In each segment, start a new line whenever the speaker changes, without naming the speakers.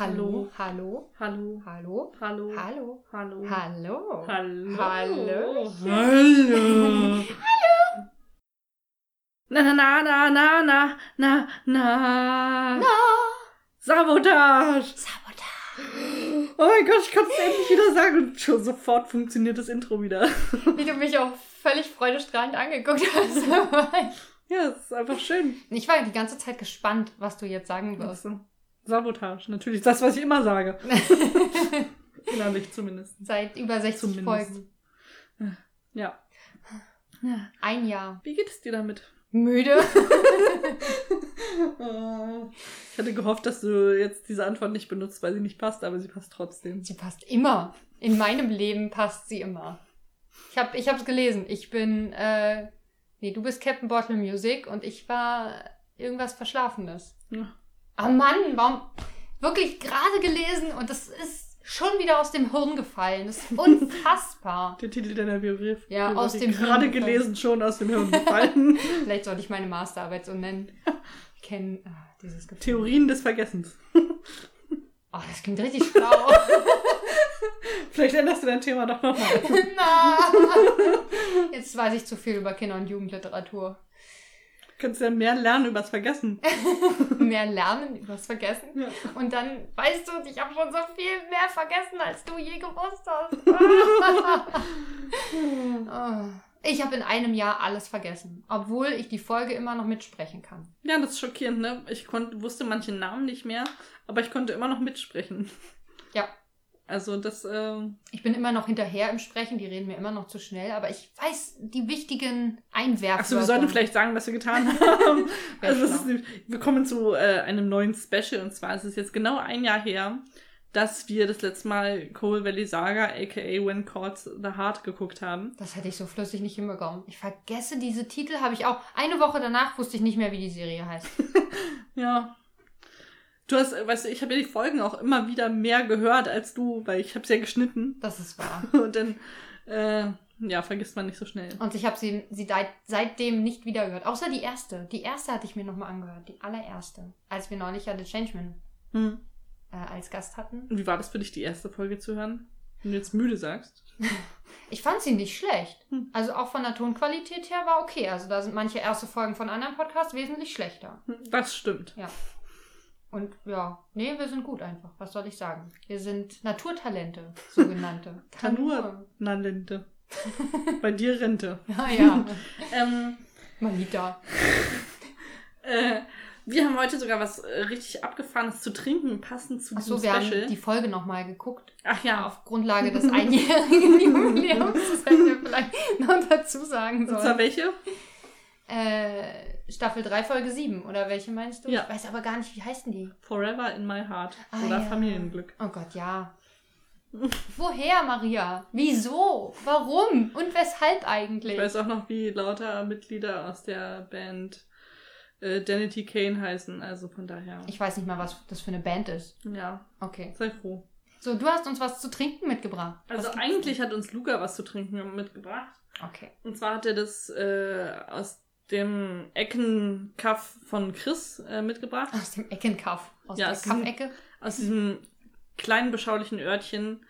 Hallo, hallo,
Hallo.
hallo, hallo,
Hallo. Hallo.
hallo.
Hallo.
Hallo.
Hallo. Na, na, na, na, na, na, na.
Na,
Sabotage.
Sabotage.
Oh mein Gott, ich kann es endlich wieder sagen. Und schon sofort funktioniert das Intro wieder.
Wie du mich auch völlig freudestrahlend angeguckt hast.
Ja, es ist einfach schön.
ich war ja die ganze Zeit gespannt, was du jetzt sagen wirst.
Also, Sabotage, natürlich. Das, was ich immer sage. Innerlich zumindest.
Seit über 60
Zumindest.
Folgen.
Ja.
Hm.
ja.
Ein Jahr.
Wie geht es dir damit?
Müde.
Äh, Ich hatte gehofft, dass du jetzt diese Antwort nicht benutzt, weil sie nicht passt, aber sie passt trotzdem.
Sie passt immer. In meinem Leben passt sie immer. Ich habe ich hab's gelesen. Ich bin, äh, nee, du bist Captain Bottle Music und ich war irgendwas Verschlafenes.
Ja.
Ah Mann, warum? Wirklich gerade gelesen und das ist schon wieder aus dem Hirn gefallen. Das ist unfassbar.
Der Titel deiner Biografie.
Ja,
war
aus
dir
dem
gerade
Hirn gefallen.
gelesen schon aus dem Hirn gefallen.
Vielleicht sollte ich meine Masterarbeit so nennen. Ich kenne ah, dieses Gefühl.
Theorien des Vergessens.
Oh, das klingt richtig schlau.
Vielleicht änderst du dein Thema doch nochmal.
Na. Jetzt weiß ich zu viel über Kinder- und Jugendliteratur.
Könntest ja mehr lernen übers Vergessen.
Mehr lernen, übers Vergessen.
Ja.
Und dann weißt du, ich habe schon so viel mehr vergessen, als du je gewusst hast. Ah. ich habe in einem Jahr alles vergessen, obwohl ich die Folge immer noch mitsprechen kann.
ja, das ist schockierend, ne? Ich konnt, wusste manche Namen nicht mehr, aber ich konnte immer noch mitsprechen.
Ja.
Also das, äh,
Ich bin immer noch hinterher im Sprechen, die reden mir immer noch zu schnell, aber ich weiß die wichtigen Einwerfer.
Achso, wir sollten vielleicht sagen, was wir getan haben. also das ist, nämlich- wir kommen zu äh, einem neuen Special und zwar ist es jetzt genau ein Jahr her, dass wir das letzte Mal Coal Valley Saga, aka When Caught the Heart, geguckt haben.
Das hätte ich so flüssig nicht hinbekommen. Ich vergesse diese Titel, habe ich auch. Eine Woche danach wusste ich nicht mehr, wie die Serie heißt.
Ja. Du hast, äh, weißt du, ich habe ja die Folgen auch immer wieder mehr gehört als du, weil ich habe sie ja geschnitten
Das ist wahr.
und dann, äh, ja, vergisst man nicht so schnell.
Und ich habe sie, sie deit- seitdem nicht wieder gehört. Außer die erste. Die erste hatte ich mir nochmal angehört. Die allererste. Als wir neulich ja The Changeman
Hm.
äh, als Gast hatten.
Und wie war das für dich, die erste Folge zu hören? Wenn du jetzt müde sagst.
Ich fand sie nicht schlecht.
Hm.
Also auch von der Tonqualität her war okay. Also da sind manche erste Folgen von anderen Podcasts wesentlich schlechter.
Hm, Das stimmt.
Und ja, nee, wir sind gut einfach. Was soll ich sagen? Wir sind Naturtalente, sogenannte.
Tanur. Na, Lente. Bei dir Rente.
Ja, ja.
Ähm,
Malita.
äh, wir haben heute sogar was äh, richtig Abgefahrenes zu trinken, passend zu diesem
Achso, wir haben
Special.
die Folge nochmal geguckt.
Ach ja,
Auf Grundlage des einjährigen Jubiläums, das hätten wir vielleicht noch dazu sagen
und
sollen.
zwar welche?
Äh, Staffel 3, Folge 7, oder welche meinst du?
Ja.
Ich weiß aber gar nicht, wie heißen die?
Forever in my heart
Ah,
oder
ja.
Familienglück.
Oh Gott, ja. Woher, Maria? Wieso? Warum? Und weshalb eigentlich?
Ich weiß auch noch, wie lauter Mitglieder aus der Band äh, Danity Kane heißen, also von daher.
Ich weiß nicht mal, was das für eine Band ist.
ja,
Okay.
sei froh.
So, du hast uns was zu trinken mitgebracht.
Also
Was gibt's
eigentlich hat uns Luca was zu trinken mitgebracht.
denn? Okay.
Und zwar hat er das äh, aus dem Eckenkaff von Chris äh, mitgebracht.
Aus dem Eckenkaff. Aus
Ja,
der
es ist ein-
Kaffecke.
Aus diesem kleinen, beschaulichen Örtchen,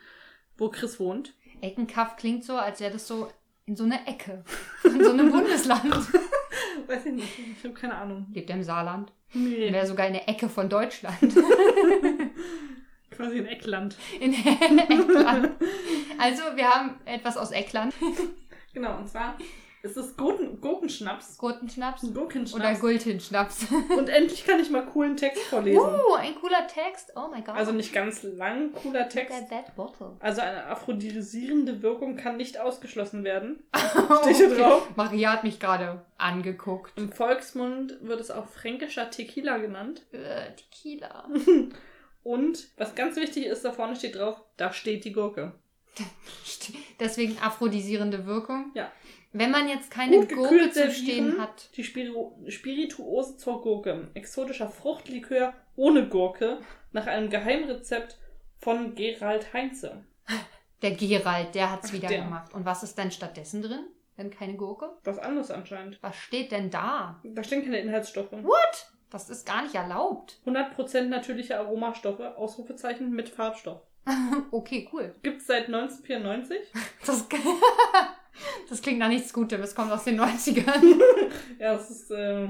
wo Chris wohnt.
Eckenkaff klingt so, als wäre das so in so einer Ecke. In so einem Bundesland.
Weiß ich nicht, ich habe keine Ahnung.
Lebt er im Saarland.
Nee,
Wäre sogar in der Ecke von Deutschland.
quasi ein Eckland.
In Eckland. Also, wir haben etwas aus Eckland.
Genau, und zwar ist es Gurken Gurkenschnaps.
Gurkenschnaps oder
Gurkenschnaps.
Gultenschnaps.
und endlich kann ich mal coolen Text vorlesen.
Uh, ein cooler Text. Oh my god.
Also nicht ganz lang, cooler
Look at
Text.
that bottle.
Also eine aphrodisierende Wirkung kann nicht ausgeschlossen werden. Steht hier drauf.
Oh, Maria hat mich gerade angeguckt.
Im Volksmund wird es auch fränkischer Tequila genannt.
Äh, Tequila.
Und was ganz wichtig ist, da vorne steht drauf, da steht die Gurke.
Deswegen aphrodisierende Wirkung.
Ja.
Wenn man jetzt keine
Gut
Gurke
gekühlt
zu
servieren.
stehen hat.
Die Spiro- Spirituose zur Gurke. Exotischer Fruchtlikör ohne Gurke nach einem Geheimrezept von Gerald Heinze.
Der Gerald, der hat's
Ach,
wieder
der.
gemacht. Und was ist denn stattdessen drin? Wenn keine Gurke?
Was anderes anscheinend.
Was steht denn da?
Da stehen keine Inhaltsstoffe.
What? Das ist gar nicht erlaubt.
100% natürliche Aromastoffe, Ausrufezeichen mit Farbstoff.
Okay, cool.
Gibt's seit 1994.
Das, das klingt nach nichts Gutem. Es kommt aus den 90ern.
Ja, das ist äh,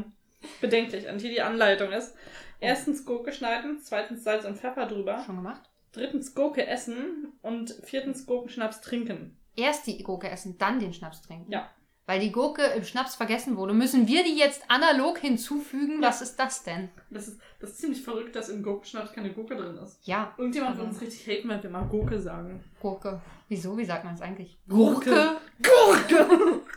bedenklich. An die die Anleitung ist. Erstens Gurke schneiden, zweitens Salz und Pfeffer drüber,
Schon gemacht?
drittens Gurke essen und viertens Gurkenschnaps trinken.
Erst die Gurke essen, dann den Schnaps trinken.
Ja.
Weil die Gurke im Schnaps vergessen wurde, müssen wir die jetzt analog hinzufügen. Was ist das denn?
Das ist, das ist ziemlich verrückt, dass im Gurkenschnaps keine Gurke drin ist.
Ja,
Irgendjemand wird uns richtig haten, wenn wir mal Gurke sagen.
Gurke. Wieso? Wie sagt man es eigentlich?
Gurke. Gurke!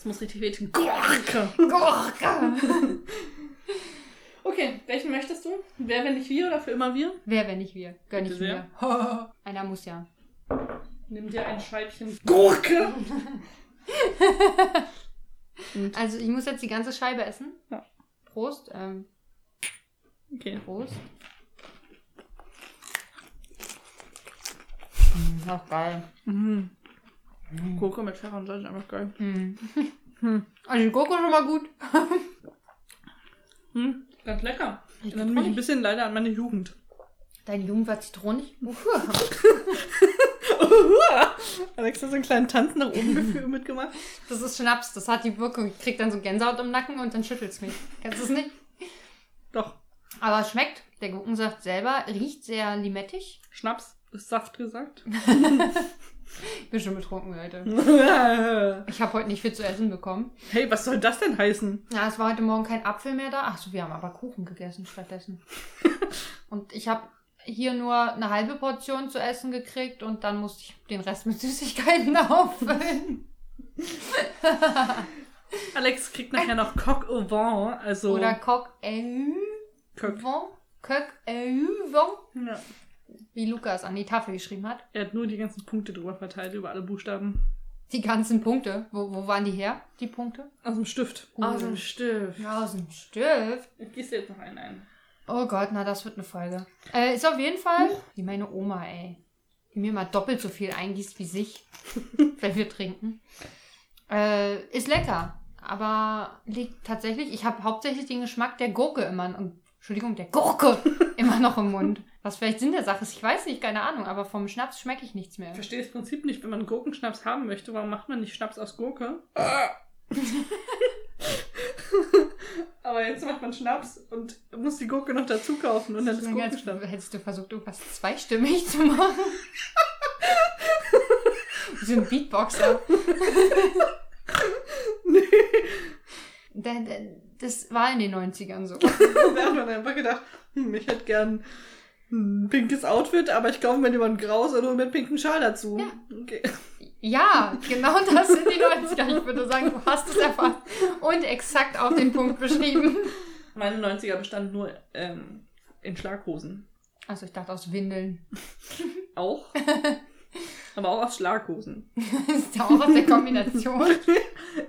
Das muss richtig wehtun. Gurke!
Gurke.
Okay, welchen möchtest du? Wer, wenn nicht wir oder für immer wir?
Wer, wenn nicht wir? Gönn ich
Bitte sehr.
mir. Einer muss ja.
Nimm dir ein Scheibchen Gurke! Und,
Also, ich muss jetzt die ganze Scheibe essen.
Ja.
Prost. Ähm,
okay.
Prost. Mm, Auch geil.
Mhm. Gurke mit Pfeffer und Salz, einfach geil.
Mm. Also die Gurke ist schon mal gut.
Mhm. Ganz lecker. Erinnert mich ein bisschen leider an meine Jugend.
Deine Jugend war zitronig. Uhu.
Alex hat so einen kleinen Tanz nach oben geführt mitgemacht.
Das ist Schnaps, das hat die Wirkung. Ich krieg dann so Gänsehaut im Nacken und dann schüttelt's mich. Kennst du es nicht?
Doch,
Aber es schmeckt. Der Gurkensaft selber riecht sehr limettig.
Schnaps ist Saft gesagt.
Ich bin schon betrunken heute.
hey,
Ich habe heute nicht viel zu essen bekommen.
was soll das denn heißen?
Ja, es war heute Morgen kein Apfel mehr da. Ach so, wir haben aber Kuchen gegessen stattdessen. und ich habe hier nur eine halbe Portion zu essen gekriegt und dann musste ich den Rest mit Süßigkeiten auffüllen.
Alex kriegt nachher noch Coq au vent, also
Oder Coq au
Coq.
vent. Coq au vent.
Ja.
äh, Wie Lukas an die Tafel geschrieben hat.
Er hat nur die ganzen Punkte drüber verteilt, über alle Buchstaben.
Die ganzen Punkte. Wo, wo waren die her, die Punkte?
Aus dem Stift.
Aus dem
Stift.
Ja, aus dem Stift.
Ich gieße jetzt noch einen ein.
Oh Gott, na, das wird eine Folge. Äh, ist auf jeden Fall wie meine Oma, ey. Die mir mal doppelt so viel eingießt wie sich, wenn wir trinken. Äh, ist lecker, aber liegt tatsächlich, ich habe hauptsächlich den Geschmack der Gurke immer, ähm, Entschuldigung, der Gurke immer noch im Mund. Was vielleicht Sinn der Sache ist, ich weiß nicht, keine Ahnung, aber vom Schnaps schmecke ich nichts mehr.
Ich verstehe das Prinzip nicht, wenn man Gurkenschnaps haben möchte, warum macht man nicht Schnaps aus Gurke? Aber jetzt macht man Schnaps und muss die Gurke noch dazu kaufen und dann ist
Deswegen hättest,
Gurkenschnaps.
hättest du versucht, irgendwas zweistimmig zu machen. so ein Beatboxer.
Nee,
Da- da- Das war in den 90ern so.
da hat man einfach gedacht, hm, ich hätte gern ein pinkes Outfit, aber ich kaufe mir lieber ein graues oder mit pinken Schal dazu.
Ja.
Okay.
Ja, genau das sind die 90er. Ich würde sagen, du hast es erfasst und exakt auf den Punkt beschrieben.
Meine 90er bestand nur ähm, in Schlaghosen.
Also ich dachte aus Windeln.
Auch. aber auch aus Schlaghosen.
Das ist ja auch aus der Kombination.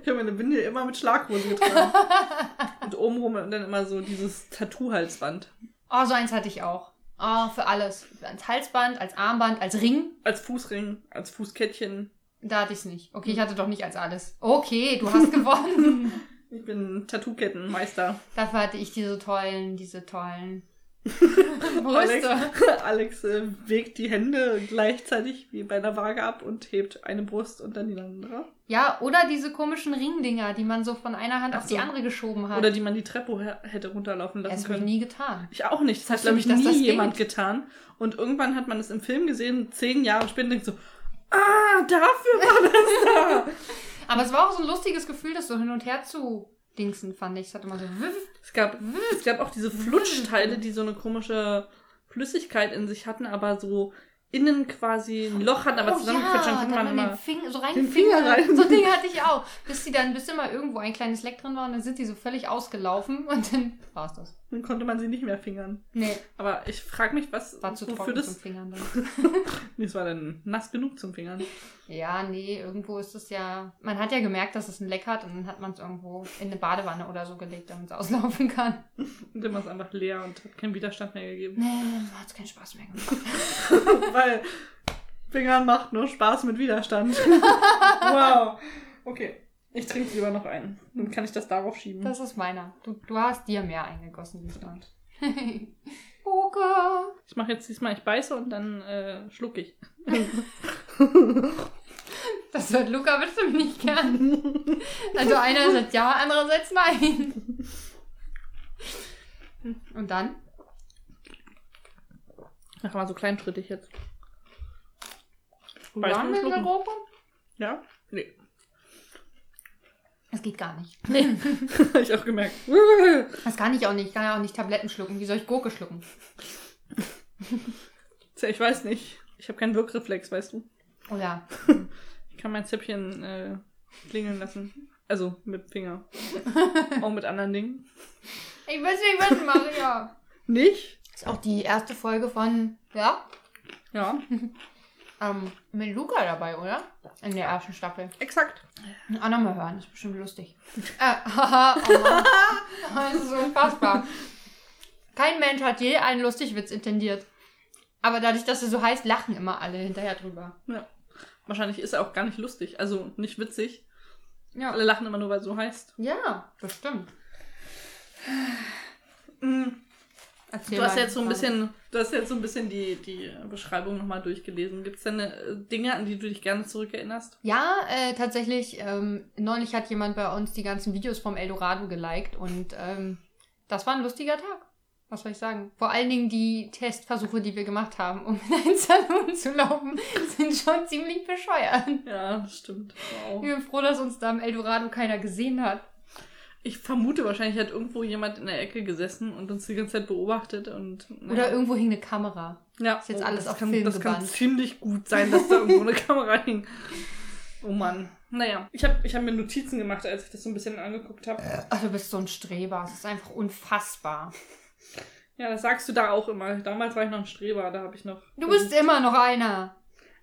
Ich habe meine Windel immer mit Schlaghose getragen. und obenrum dann immer so dieses Tattoo-Halsband.
Oh, so eins hatte ich auch. Oh, für alles. Als Halsband, als Armband, als Ring.
Als Fußring, als Fußkettchen.
Da hatte ich es nicht. Okay, ich
Hm.
hatte doch nicht als alles. Okay, du hast gewonnen.
Ich bin Tattoo-Kettenmeister.
Dafür hatte ich diese tollen, diese tollen Brüste.
Alex äh, wägt die Hände gleichzeitig wie bei einer Waage ab und hebt eine Brust und dann die andere.
Ja, oder diese komischen Ringdinger, die man so von einer Hand
Ach
auf die
so.
andere geschoben hat.
Oder die man die Treppe her- hätte runterlaufen lassen
das habe ich
können.
nie getan.
Ich auch nicht. Das hat,
Wusste
glaube ich,
nicht, dass
nie
das geht.
jemand getan. Und irgendwann hat man es im Film gesehen, zehn Jahre später, und denkt so, ah, dafür war das da.
Aber es war auch so ein lustiges Gefühl, das so hin und her zu dingsen, fand ich. Es hat immer so. wuff.
es, gab, es gab auch diese Flutschteile, die so eine komische Flüssigkeit in sich hatten, aber so innen quasi ein Loch hatten, aber
Oh
zusammengequetscht.
ja,
dann konnte
dann
man
in den
immer...
Finger, so rein
den Finger rein.
So Dinge hatte ich auch. Bis die dann, bis immer irgendwo ein kleines Leck drin war und dann sind die so völlig ausgelaufen und dann war's das.
Dann konnte man sie nicht mehr fingern.
Nee,
Aber ich frage mich, was...
war zu
wofür
trocken
das...
zum Fingern dann.
Nee, es war dann nass genug zum Fingern.
Ja, nee, irgendwo ist es ja. Man hat ja gemerkt, dass es ein Leck hat und dann hat man es irgendwo in eine Badewanne oder so gelegt, damit es auslaufen kann.
Und dann war es einfach leer und hat keinen Widerstand mehr gegeben.
Nee, hat's keinen Spaß mehr gemacht.
Weil Fingern macht nur Spaß mit Widerstand. wow. Okay. Ich trinke lieber noch einen. Dann kann ich das darauf schieben.
Das ist meiner. Du, du hast dir mehr eingegossen diesmal. Poker.
ich mache jetzt diesmal, ich beiße und dann äh, schluck ich.
Das hört Luca bestimmt nicht gern. Also einerseits ja, andererseits nein. Und dann?
Mach mal so kleinschrittig jetzt. Beißen
Waren
und
wir in
schlucken.
Europa?
Ja? Nee.
Das geht gar nicht.
Habe ich auch gemerkt.
Das kann ich auch nicht. Ich kann ja auch nicht Tabletten schlucken. Wie soll ich Gurke schlucken?
Tja, ich weiß nicht. Ich habe keinen Wirkreflex, weißt du.
Oh ja.
Ich kann mein Zäppchen äh, klingeln lassen. Also mit Finger. auch mit anderen Dingen.
Ich weiß nicht, was Maria.
Nicht?
Ist auch die erste Folge von, ja,
Ja,
ähm, mit Luca dabei, oder? In der ersten Staffel.
exakt.
Auch nochmal hören, ist bestimmt lustig. Äh, haha, oh Mann. das ist unfassbar. Kein Mensch hat je einen Lustigwitz intendiert. Aber dadurch, dass er so heißt, lachen immer alle hinterher drüber.
Ja. Wahrscheinlich ist er auch gar nicht lustig. Also nicht witzig.
Ja.
Alle lachen immer nur, weil es so heißt.
Ja, bestimmt.
Mhm.
Erzähl
Du hast
mal.
jetzt so ein bisschen, du hast jetzt so ein bisschen die, die Beschreibung nochmal durchgelesen. Gibt es denn äh, Dinge, an die du dich gerne zurückerinnerst?
Ja, äh, tatsächlich, ähm, neulich hat jemand bei uns die ganzen Videos vom Eldorado geliked und ähm, das war ein lustiger Tag. Was soll ich sagen? Vor allen Dingen die Testversuche, die wir gemacht haben, um in einen Salon zu laufen, sind schon ziemlich bescheuert.
Ja, das stimmt. Wow.
Ich bin froh, dass uns da im Eldorado keiner gesehen hat.
Ich vermute, wahrscheinlich hat irgendwo jemand in der Ecke gesessen und uns die ganze Zeit beobachtet und. naja.
Oder irgendwo hing eine Kamera.
ja.
ist jetzt alles
Oh, das
auf
kann,
Film
Das kann
gebannt.
ziemlich gut sein, dass da irgendwo eine Kamera hing. Oh Mann. Naja, ich habe ich hab mir Notizen gemacht, als ich das so ein bisschen angeguckt habe.
Ach, Also, du bist so ein Streber. Das ist einfach unfassbar.
Ja, das sagst du da auch immer. Damals war ich noch ein Streber, da habe ich noch.
Du bist immer noch einer.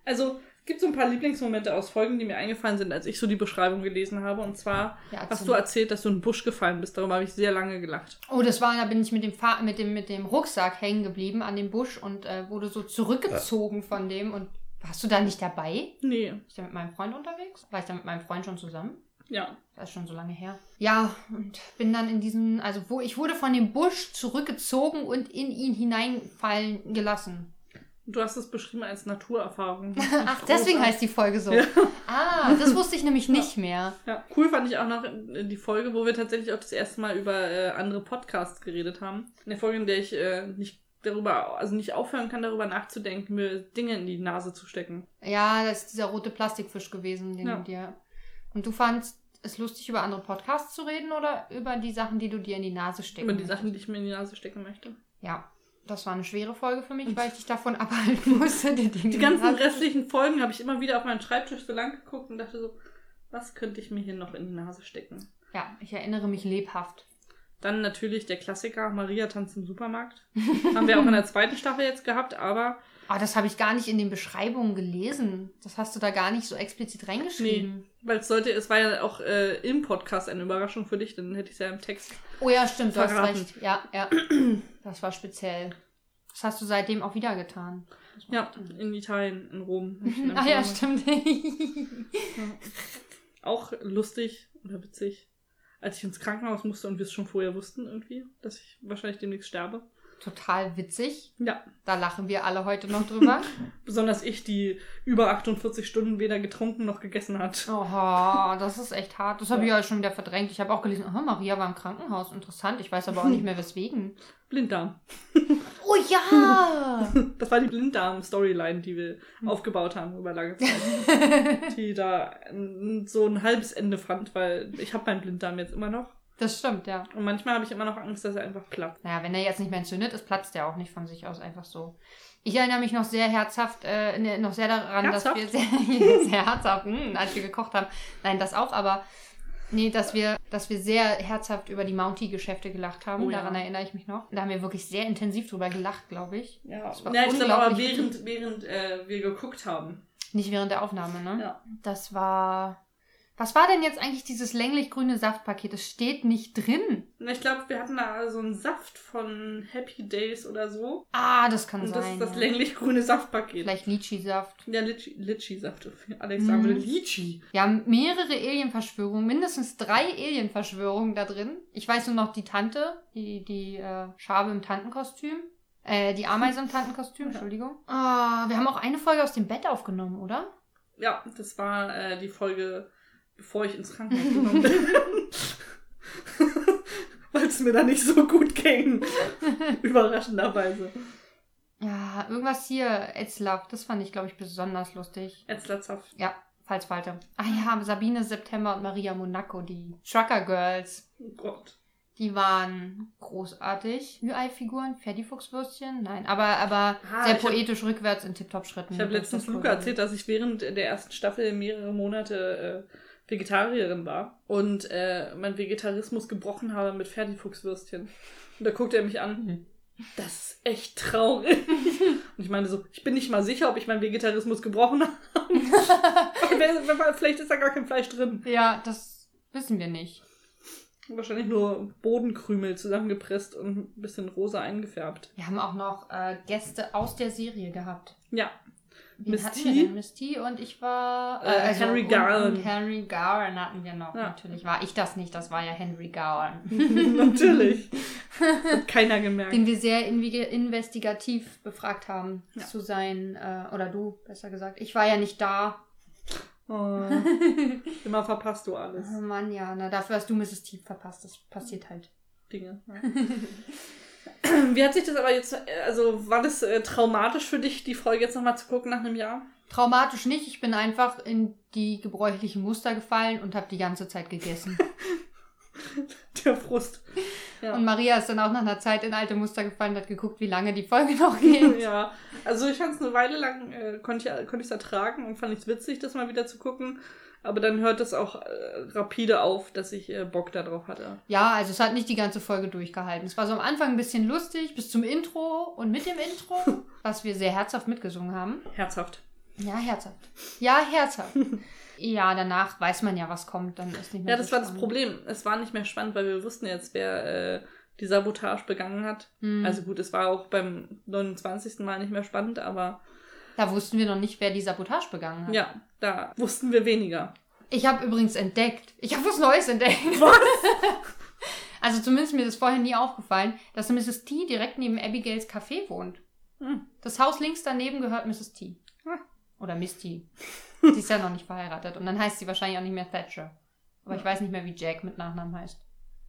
Also, es gibt so ein paar Lieblingsmomente aus Folgen, die mir eingefallen sind, als ich so die Beschreibung gelesen habe. Und zwar
Ja,
hast
zum-
du erzählt, dass du in den Busch gefallen bist. Darüber habe ich sehr lange gelacht.
Oh, das war, da bin ich mit dem, Fahr mit dem, mit dem Rucksack hängen geblieben an dem Busch und äh, wurde so zurückgezogen von dem. Und warst du da nicht dabei?
Nee.
War ich da mit meinem Freund unterwegs? War ich da mit meinem Freund schon zusammen?
Ja.
Das ist schon so lange her. Ja, und bin dann in diesen, also wo ich wurde von dem Busch zurückgezogen und in ihn hineinfallen gelassen.
Du hast es beschrieben als Naturerfahrung.
Ach, deswegen heißt die Folge so.
Ja.
Ah, das wusste ich nämlich nicht mehr.
Ja, cool fand ich auch noch äh, die Folge, wo wir tatsächlich auch das erste Mal über äh, andere Podcasts geredet haben. In der Folge, in der ich äh, nicht darüber, also nicht aufhören kann, darüber nachzudenken, mir Dinge in die Nase zu stecken.
Ja, das ist dieser rote Plastikfisch gewesen, den
Ja.
du dir. Und du fandst es lustig, über andere Podcasts zu reden oder über die Sachen, die du dir in die Nase stecken
Über die
möchtest?
Sachen, die ich mir in die Nase stecken möchte.
Ja, das war eine schwere Folge für mich, weil ich dich davon abhalten musste, die Dinge.
Die ganzen restlichen Folgen habe ich immer wieder auf meinen Schreibtisch so lang geguckt und dachte so, was könnte ich mir hier noch in die Nase stecken?
Ja, ich erinnere mich lebhaft.
Dann natürlich der Klassiker Maria tanzt im Supermarkt. haben wir auch in der zweiten Staffel jetzt gehabt, aber
Ah, das habe ich gar nicht in den Beschreibungen gelesen. Das hast du da gar nicht so explizit reingeschrieben.
weil es sollte, es war ja auch äh, im Podcast eine Überraschung für dich, dann hätte ich es ja im Text
Oh ja, stimmt, du hast
Verraten.
recht. Ja, ja. Das war speziell. Das hast du seitdem auch wieder getan. Das war
Ja,
echt-
in Italien, in Rom. Hab ich in einem
Ach Ah, ja,
Film
stimmt.
gemacht. Ja. Auch lustig oder witzig. Als ich ins Krankenhaus musste und wir es schon vorher wussten irgendwie, dass ich wahrscheinlich demnächst sterbe.
Total witzig.
Ja,
Da lachen wir alle heute noch drüber.
besonders ich, die über 48 Stunden weder getrunken noch gegessen hat.
Oha, das ist echt hart. Das habe ich ja schon wieder verdrängt. Ich habe auch gelesen, aha, Maria war im Krankenhaus. Interessant. Ich weiß aber auch nicht mehr weswegen.
Blinddarm.
Oh ja!
Das war die Blinddarm-Storyline, die wir
Hm.
aufgebaut haben über lange Zeit. die da ein- so ein halbes Ende fand, weil ich habe meinen Blinddarm jetzt immer noch.
Das stimmt, ja.
Und manchmal habe ich immer noch Angst, dass er einfach klappt.
Naja, wenn er jetzt nicht mehr entzündet ist, platzt er auch nicht von sich aus einfach so. Ich erinnere mich noch sehr herzhaft, äh, ne, noch sehr daran,
Herzhaft?
dass wir sehr, sehr herzhaft, mh, als wir gekocht haben. Nein, das auch, aber nee, dass wir, dass wir sehr herzhaft über die Mountie-Geschäfte gelacht haben.
Oh ja.
daran erinnere ich mich noch. Da haben wir wirklich sehr intensiv drüber gelacht, glaube ich.
Ja,
Das war
ja ich glaube aber
unglaublich
während, während äh, wir geguckt haben.
Nicht während der Aufnahme, ne?
Ja.
Das war. Was war denn jetzt eigentlich dieses länglich-grüne Saftpaket? Das steht nicht drin.
Na, Ich glaube, wir hatten da so einen Saft von Happy Days oder so.
Ah, das kann
Und das
sein.
ist das
ja.
länglich-grüne Saftpaket.
Vielleicht Litchi-Saft.
Ja, Litschi- Litschi-Saft. Alex
Mhm.
sagen würde Litschi.
Ja, mehrere Alien-Verschwörungen, mindestens drei Alien-Verschwörungen da drin. Ich weiß nur noch die Tante, die, die äh, Schabe im Tantenkostüm. Äh, die Ameise im Tantenkostüm,
Ja.
Entschuldigung. Ah, wir haben auch eine Folge aus dem Bett aufgenommen, oder?
Ja, das war äh, die Folge, bevor ich ins Krankenhaus gekommen bin. Weil es mir da nicht so gut ging. Überraschenderweise.
Ja, irgendwas hier, Etzlaff, das fand ich, glaube ich, besonders lustig.
Etzlerzaft.
Ja, Falsfalte. Ah ja, Sabine September und Maria Monaco, die Trucker Girls.
Oh Gott.
Die waren großartig. Hühei-Figuren, Ferdifuchswürstchen, nein. Aber, aber
Ah,
sehr
ich hab-
poetisch rückwärts in Tip-Top-Schritten.
Ich habe
Das
letztens
ist cool
Luca erzählt, dass ich während der ersten Staffel mehrere Monate äh, Vegetarierin war und äh, mein Vegetarismus gebrochen habe mit Ferdifuchswürstchen. Und da guckte er mich an. Das ist echt traurig. Und ich meine so, ich bin nicht mal sicher, ob ich meinen Vegetarismus gebrochen habe. Und wer- wer- Vielleicht ist da gar kein Fleisch drin.
gewesen. Ja, das wissen wir nicht.
Wahrscheinlich nur Bodenkrümel zusammengepresst und ein bisschen rosa eingefärbt.
Wir haben auch noch äh, Gäste aus der Serie gehabt.
Ja,
Wen
Miss
hatten
T?
wir denn? Miss T und ich war... also
Äh, Henry Gowan.
Und, und Henry Gowan hatten wir noch.
Ja.
Natürlich war ich das nicht, das war ja Henry Gowan.
natürlich. Hat keiner gemerkt.
Den wir sehr invi- investigativ befragt haben
Ja.
zu sein, äh, oder du, besser gesagt. Ich war ja nicht da.
Oh, immer verpasst du alles.
Oh Mann, ja, na, dafür hast du Mrs. T verpasst. Das passiert halt.
Dinge. Wie hat sich das aber jetzt, äh, also war das äh, traumatisch für dich, die Folge jetzt nochmal zu gucken nach einem Jahr?
Traumatisch nicht, ich bin einfach in die gebräuchlichen Muster gefallen und habe die ganze Zeit gegessen.
Der Frust. Ja.
Und Maria ist dann auch nach einer Zeit in alte Muster gefallen und hat geguckt, wie lange die Folge noch geht.
ja, also ich fand es eine Weile lang, äh, konnte ich es ertragen und fand es witzig, das mal wieder zu gucken. Aber dann hört es auch äh, rapide auf, dass ich äh, Bock darauf hatte.
Ja, also es hat nicht die ganze Folge durchgehalten. Es war so am Anfang ein bisschen lustig, bis zum Intro und mit dem Intro, was wir sehr herzhaft mitgesungen haben.
Herzhaft.
Ja, herzhaft. Ja, herzhaft. Ja, danach weiß man ja, was kommt, dann ist nicht mehr
Ja,
so
das war das
spannend.
Problem. Es war nicht mehr spannend, weil wir wussten jetzt, wer äh, die Sabotage begangen hat.
Hm.
Also gut, es war auch beim 29. Mal nicht mehr spannend, aber
Da wussten wir noch nicht, wer die Sabotage begangen hat.
ja, da wussten wir weniger.
Ich habe übrigens entdeckt. Ich habe was Neues entdeckt. also zumindest mir ist das vorher nie aufgefallen, dass Mrs. T direkt neben Abigails Café wohnt.
Hm.
Das Haus links daneben gehört Mrs. T.
Ah.
Oder Miss T. Sie ist ja noch nicht verheiratet. Und dann heißt sie wahrscheinlich auch nicht mehr Thatcher. Aber ich weiß nicht mehr, wie Jack mit Nachnamen heißt.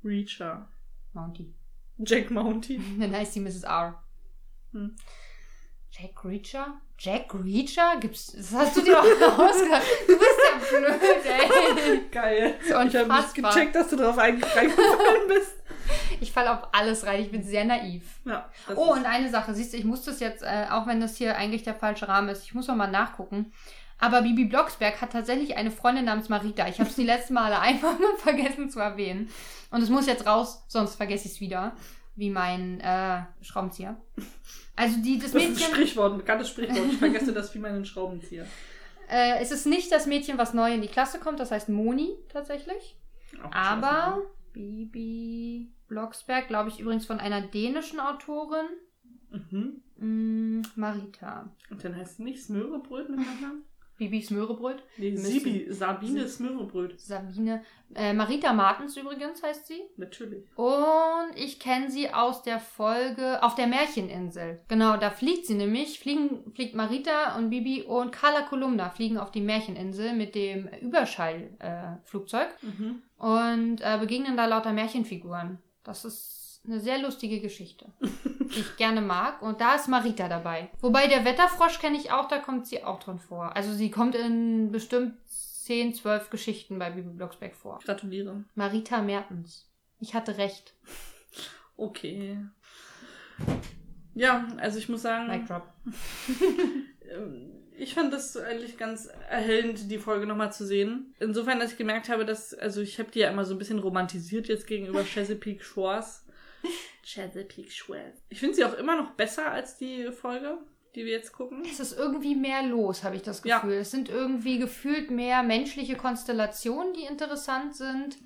Reacher.
Mounty.
Jack Mounty.
Dann heißt sie Mrs. R.
Hm.
Jack Reacher? Jack Reacher? Gibt's, das hast du dir doch ausgedacht. Du bist ja blöd, ey.
Geil.
Das ist
Ich habe nicht
unfassbar.
gecheckt, dass du darauf eingefallen bist.
Ich falle auf alles rein. Ich bin sehr naiv.
Ja, das
Oh,
ist-
und eine Sache. Siehst du, ich muss das jetzt, äh, auch wenn das hier eigentlich der falsche Rahmen ist, ich muss noch mal nachgucken. Aber Bibi Blocksberg hat tatsächlich eine Freundin namens Marita. Ich habe es die letzten Male einfach nur vergessen zu erwähnen. Und es muss jetzt raus, sonst vergesse ich es wieder. Wie mein äh, Schraubenzieher. Also die, das
das ist ein
Mädchen,
Sprichwort, ein bekanntes Sprichwort. Ich vergesse das wie meinen Schraubenzieher.
äh, es ist nicht das Mädchen, was neu in die Klasse kommt. Das heißt Moni tatsächlich.
Auch
Aber Bibi Blocksberg, glaube ich, übrigens von einer dänischen Autorin.
scheiße. Mhm.
Mm, Marita.
Und dann heißt es nicht Smörebröt mit Nachnamen?
Bibi Smörebröt.
Nee,
Müssen.
Sibi, Sabine Smörebröt.
Sabine. Äh, Marita Martens übrigens heißt sie.
Natürlich.
Und ich kenne sie aus der Folge auf der Märcheninsel. Genau, da fliegt sie nämlich. Fliegen, fliegt Marita und Bibi und Carla Kolumna fliegen auf die Märcheninsel mit dem Überschallflugzeug äh, Flugzeug
Mhm.
und äh, begegnen da lauter Märchenfiguren. Das ist eine sehr lustige Geschichte, die ich gerne mag. Und da ist Marita dabei. Wobei der Wetterfrosch kenne ich auch, da kommt sie auch drin vor. Also sie kommt in bestimmt 10, 12 Geschichten bei Bibi Blocksberg vor.
Gratuliere.
Marita Mertens. Ich hatte recht.
Okay. Ja, also ich muss sagen,
Mic drop.
Ähm, ich fand das eigentlich ganz erhellend, die Folge nochmal zu sehen. Insofern, dass ich gemerkt habe, dass, also ich habe die ja immer so ein bisschen romantisiert jetzt gegenüber Chesapeake Shores. Chesapeake Shores. Ich finde sie auch immer noch besser als die Folge, die die wir jetzt gucken.
Es ist irgendwie mehr los, habe ich das
Ja.
Gefühl. Es sind irgendwie gefühlt mehr menschliche Konstellationen, die interessant sind.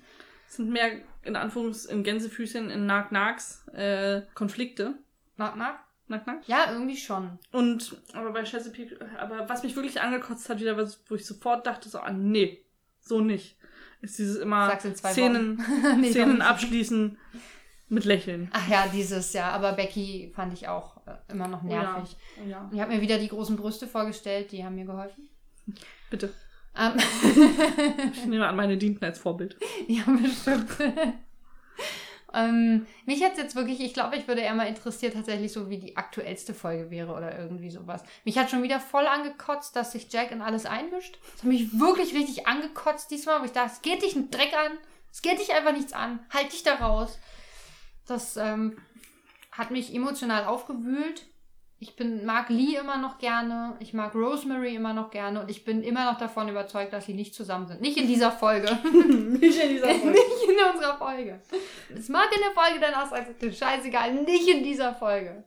Es sind mehr in Anführungs in Gänsefüßchen in Nagnaks äh, Konflikte.
Mag, mag?
Nagnack.
Ja, irgendwie schon.
Und aber bei Chesapeake, aber was mich wirklich angekotzt hat, wieder was, wo ich sofort dachte, so, ah, nee, so nicht. Ist dieses immer
Sag's in zwei
Szenen,
Wochen. Nee,
Szenen
doch nicht.
abschließen mit Lächeln.
Ach ja, dieses Jahr. Aber Becky fand ich auch äh, immer noch nervig.
Ja.
Ich habe mir wieder die großen Brüste vorgestellt, die haben mir geholfen.
Bitte.
Ähm,
Ich nehme an, meine dienten als Vorbild.
ja, bestimmt. ähm, mich hat's jetzt wirklich, ich glaube, ich würde eher mal interessiert, tatsächlich so, wie die aktuellste Folge wäre oder irgendwie sowas. Mich hat schon wieder voll angekotzt, dass sich Jack in alles einmischt. Das hat mich wirklich richtig angekotzt diesmal, wo ich dachte, es geht dich einen Dreck an, es geht dich einfach nichts an, halt dich da raus. Das ähm, hat mich emotional aufgewühlt. Ich bin, mag Lee immer noch gerne, ich mag Rosemary immer noch gerne und ich bin immer noch davon überzeugt, dass sie nicht zusammen sind. Nicht in dieser Folge.
Nicht in dieser
Nicht in unserer Folge. Es mag in der Folge dann auch sein, du scheißegal, nicht in dieser Folge.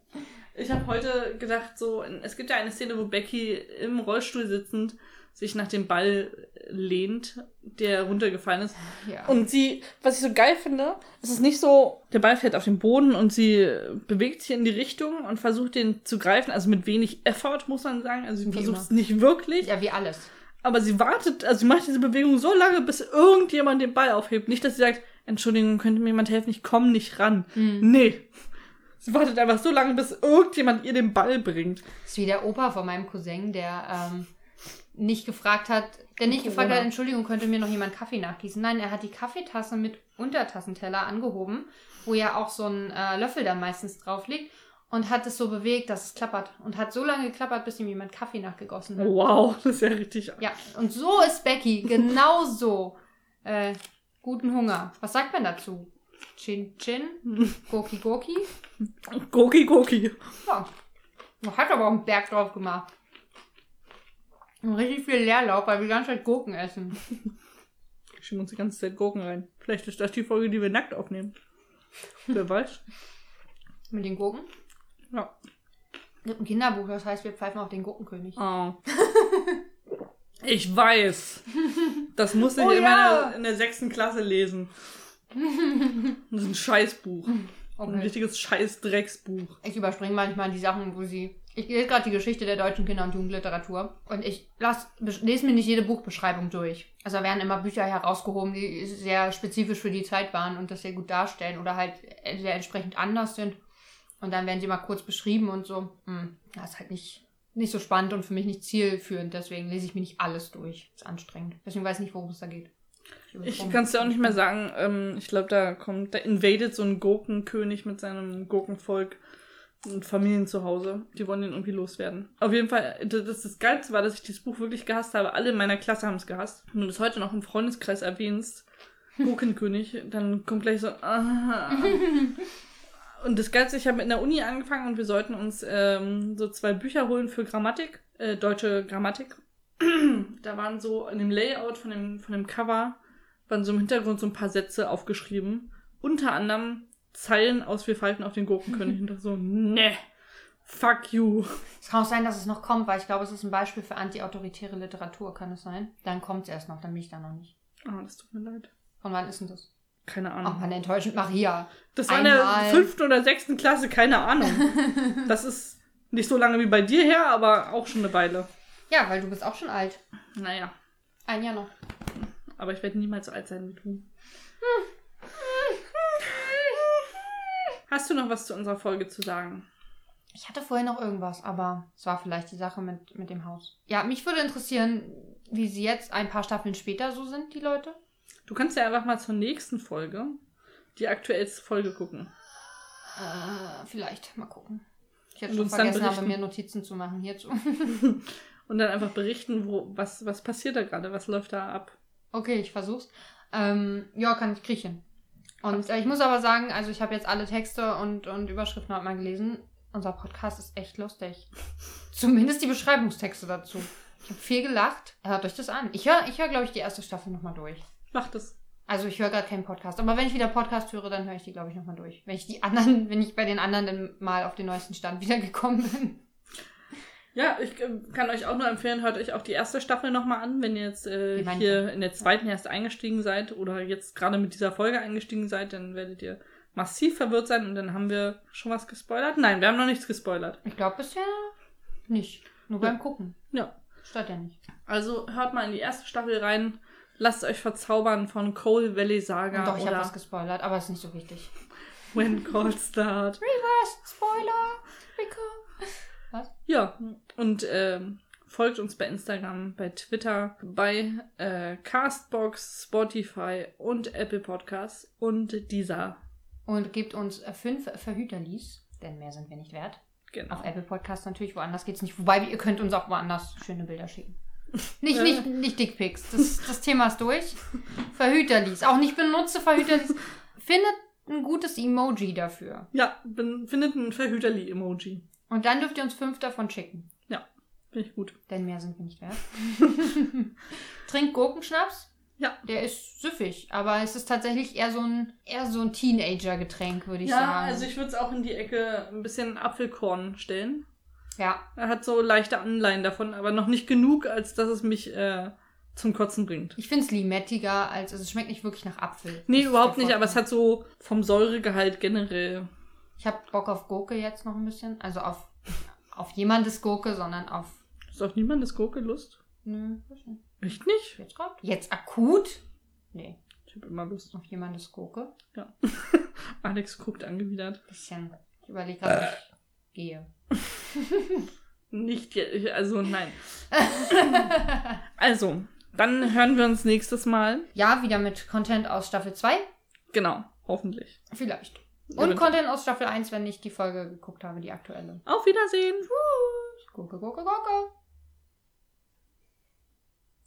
Ich habe heute gedacht, so, es gibt ja eine Szene, wo Becky im Rollstuhl sitzend sich nach dem Ball lehnt, der runtergefallen ist.
Ja.
Und sie, was ich so geil finde, es ist nicht so, der Ball fällt auf den Boden und sie bewegt sich in die Richtung und versucht den zu greifen, also mit wenig Effort, muss man sagen. Also sie
Wie
versucht
immer.
es nicht wirklich,
ja, wie alles.
aber sie wartet, also sie macht diese Bewegung so lange, bis irgendjemand den Ball aufhebt. Nicht, dass sie sagt, Entschuldigung, könnte mir jemand helfen, ich komme nicht ran.
Mhm.
Nee. Sie wartet einfach so lange, bis irgendjemand ihr den Ball bringt.
Das ist wie der Opa von meinem Cousin, der ähm, nicht gefragt hat, der nicht gefragt
Corona.
hat, Entschuldigung, könnte mir noch jemand Kaffee nachgießen? Nein, er hat die Kaffeetasse mit Untertassenteller angehoben, wo ja auch so ein äh, Löffel dann meistens drauf liegt. Und hat es so bewegt, dass es klappert. Und hat so lange geklappert, bis ihm jemand Kaffee nachgegossen hat.
Wow, das ist ja richtig.
Ja, und so ist Becky, genau so. Äh, guten Hunger. Was sagt man dazu? Chin Chin? Goki Goki?
Goki, Goki.
Ja. Hat aber auch einen Berg drauf gemacht. Und richtig viel Leerlauf, weil wir die ganze Zeit Gurken essen.
Wir Schieben uns die ganze Zeit Gurken rein. Vielleicht ist das die Folge, die wir nackt aufnehmen. Wer weiß.
Mit den Gurken?
Ja.
Es gibt ein Kinderbuch, das heißt, wir pfeifen auf den Gurkenkönig.
Oh. Ich weiß. Das musste ich
Oh ja.
in, meiner, in der sechsten Klasse lesen. Das ist ein Scheißbuch. Ein
Okay.
richtiges Scheißdrecksbuch.
Ich überspringe manchmal die Sachen, wo sie. Ich lese gerade die Geschichte der deutschen Kinder- und Jugendliteratur und ich lass, besch- lese mir nicht jede Buchbeschreibung durch. Also da werden immer Bücher herausgehoben, die sehr spezifisch für die Zeit waren und das sehr gut darstellen oder halt sehr entsprechend anders sind. Und dann werden sie mal kurz beschrieben und so. Hm, das ist halt nicht, nicht so spannend und für mich nicht zielführend, deswegen lese ich mir nicht alles durch. Ist anstrengend. Deswegen weiß ich nicht, worum es da geht.
Ich kann es dir auch nicht mehr sagen. Ähm, ich glaube, da kommt, da invadet so ein Gurkenkönig mit seinem Gurkenvolk und Familien zu Hause. Die wollen den irgendwie loswerden. Auf jeden Fall, das, das- das Geilste war, dass ich dieses Buch wirklich gehasst habe. Alle in meiner Klasse haben es gehasst. Wenn du das heute noch im Freundeskreis erwähnst, Gurkenkönig, dann kommt gleich so. Ah. Und das Geilste, ich habe in der Uni angefangen und wir sollten uns ähm, so zwei Bücher holen für Grammatik, äh, deutsche Grammatik. da waren so in dem Layout von dem, von dem Cover waren so im Hintergrund so ein paar Sätze aufgeschrieben. Unter anderem Zeilen aus Wir falten auf den Gurkenkönig. Und dachte so, ne, fuck you.
Es kann auch sein, dass es noch kommt, weil ich glaube, es ist ein Beispiel für antiautoritäre Literatur, kann es sein? Dann kommt es erst noch, dann bin ich da noch nicht.
Ah, das tut mir leid.
Von wann ist denn das?
Keine
Ach,
Ahnung.
man enttäuschend, Maria.
das war in
Oh,
der
einmal.
fünften oder sechsten Klasse, keine Ahnung. das ist nicht so lange wie bei dir her, aber auch schon eine Weile.
Ja, weil du bist auch schon alt.
Naja,
Ein Jahr noch.
aber ich werde niemals so alt sein wie du. Hast du noch was zu unserer Folge zu sagen?
Ich hatte vorher noch irgendwas, aber es war vielleicht die Sache mit, mit dem Haus. Ja, mich würde interessieren, wie sie jetzt ein paar Staffeln später so sind, die Leute.
Du kannst ja einfach mal zur nächsten Folge die aktuellste Folge gucken.
Äh, vielleicht. Mal gucken. Ich hätte
Und
schon
uns dann
vergessen, habe
berichten.
mir Notizen zu machen hierzu.
Und dann einfach berichten, wo, was, was passiert da gerade, was läuft da ab.
Okay, ich versuch's. Ähm, ja, kann ich kriechen. Und äh, ich muss aber sagen, also ich habe jetzt alle Texte und, und Überschriften heute mal gelesen. Unser Podcast ist echt lustig. Zumindest die Beschreibungstexte dazu. Ich habe viel gelacht. Hört euch das an. Ich höre, ich hör, glaube ich, die erste Staffel nochmal durch.
Macht es.
Also ich höre gerade keinen Podcast. Aber wenn ich wieder Podcast höre, dann höre ich die, glaube ich, nochmal durch. Wenn ich die anderen, wenn ich bei den anderen dann mal auf den neuesten Stand wiedergekommen bin.
Ja, ich äh, kann euch auch nur empfehlen, hört euch auch die erste Staffel nochmal an, wenn ihr jetzt äh,
Die meinte.
hier in der zweiten erst eingestiegen seid oder jetzt gerade mit dieser Folge eingestiegen seid, dann werdet ihr massiv verwirrt sein und dann haben wir schon was gespoilert. Nein, wir haben noch nichts gespoilert.
Ich glaube bisher nicht. Nur
Ja.
beim Gucken.
Ja.
Stört ja nicht.
Also hört mal in die erste Staffel rein, lasst euch verzaubern von Coal Valley Saga
Doch, ich habe
oder
was gespoilert, aber ist nicht so wichtig.
When Cold Start.
Reverse Spoiler! Rico.
Ja, und ähm, folgt uns bei Instagram, bei Twitter, bei äh, Castbox, Spotify und Apple Podcasts und dieser.
Und gebt uns äh, fünf Verhüterlies, denn mehr sind wir nicht wert. Auf
Genau.
Apple Podcast natürlich, woanders geht's nicht. Wobei, ihr könnt uns auch woanders schöne Bilder schicken. Nicht,
Äh.
nicht, nicht Dickpics. Das, das Thema ist durch. Verhüterlies. Auch nicht benutzte Verhüterlies. Findet ein gutes Emoji dafür.
Ja, bin, findet ein Verhüterli-Emoji.
Und dann dürft ihr uns fünf davon schicken.
Finde ich gut.
Denn mehr sind wir nicht wert. Trinkt Gurkenschnaps.
Ja.
Der ist süffig, aber es ist tatsächlich eher so ein, eher so ein Teenager-Getränk, würde ich
ja,
sagen.
also ich würde es auch in die Ecke ein bisschen Apfelkorn stellen.
ja,
Er hat so leichte Anleihen davon, aber noch nicht genug, als dass es mich äh, zum Kotzen bringt.
ich finde es limettiger, als also es schmeckt nicht wirklich nach Apfel.
Nee,
Das ist
überhaupt
der
nicht, aber es
Vorteil.
hat so vom Säuregehalt generell.
Ich habe Bock auf Gurke jetzt noch ein bisschen. Also auf, auf jemandes Gurke, sondern auf.
Ist auch niemandes Gurke Lust?
Nö, weiß nicht.
Echt nicht?
jetzt grad? Jetzt akut? Nee,
Ich habe immer Lust.
auf jemandes Gurke.
Alex guckt angewidert.
Bisschen. Ich überlege gerade, ob ich gehe.
Nicht, je- also nein. also, dann hören wir uns nächstes Mal.
Ja, wieder mit Content aus Staffel 2.
Genau, hoffentlich.
Vielleicht. Und
Eventuell.
Content aus Staffel 1, wenn ich die Folge geguckt habe, die aktuelle.
Auf Wiedersehen.
Gurke, Gurke, Gurke.